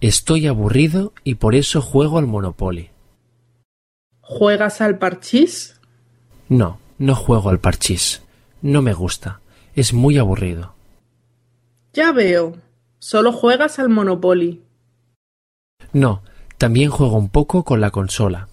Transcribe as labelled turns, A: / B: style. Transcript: A: Estoy aburrido y por eso juego al Monopoly.
B: ¿Juegas al parchís?
A: No, no juego al parchís. No me gusta. Es muy aburrido.
B: Ya veo. Solo juegas al Monopoly.
A: No, también juego un poco con la consola.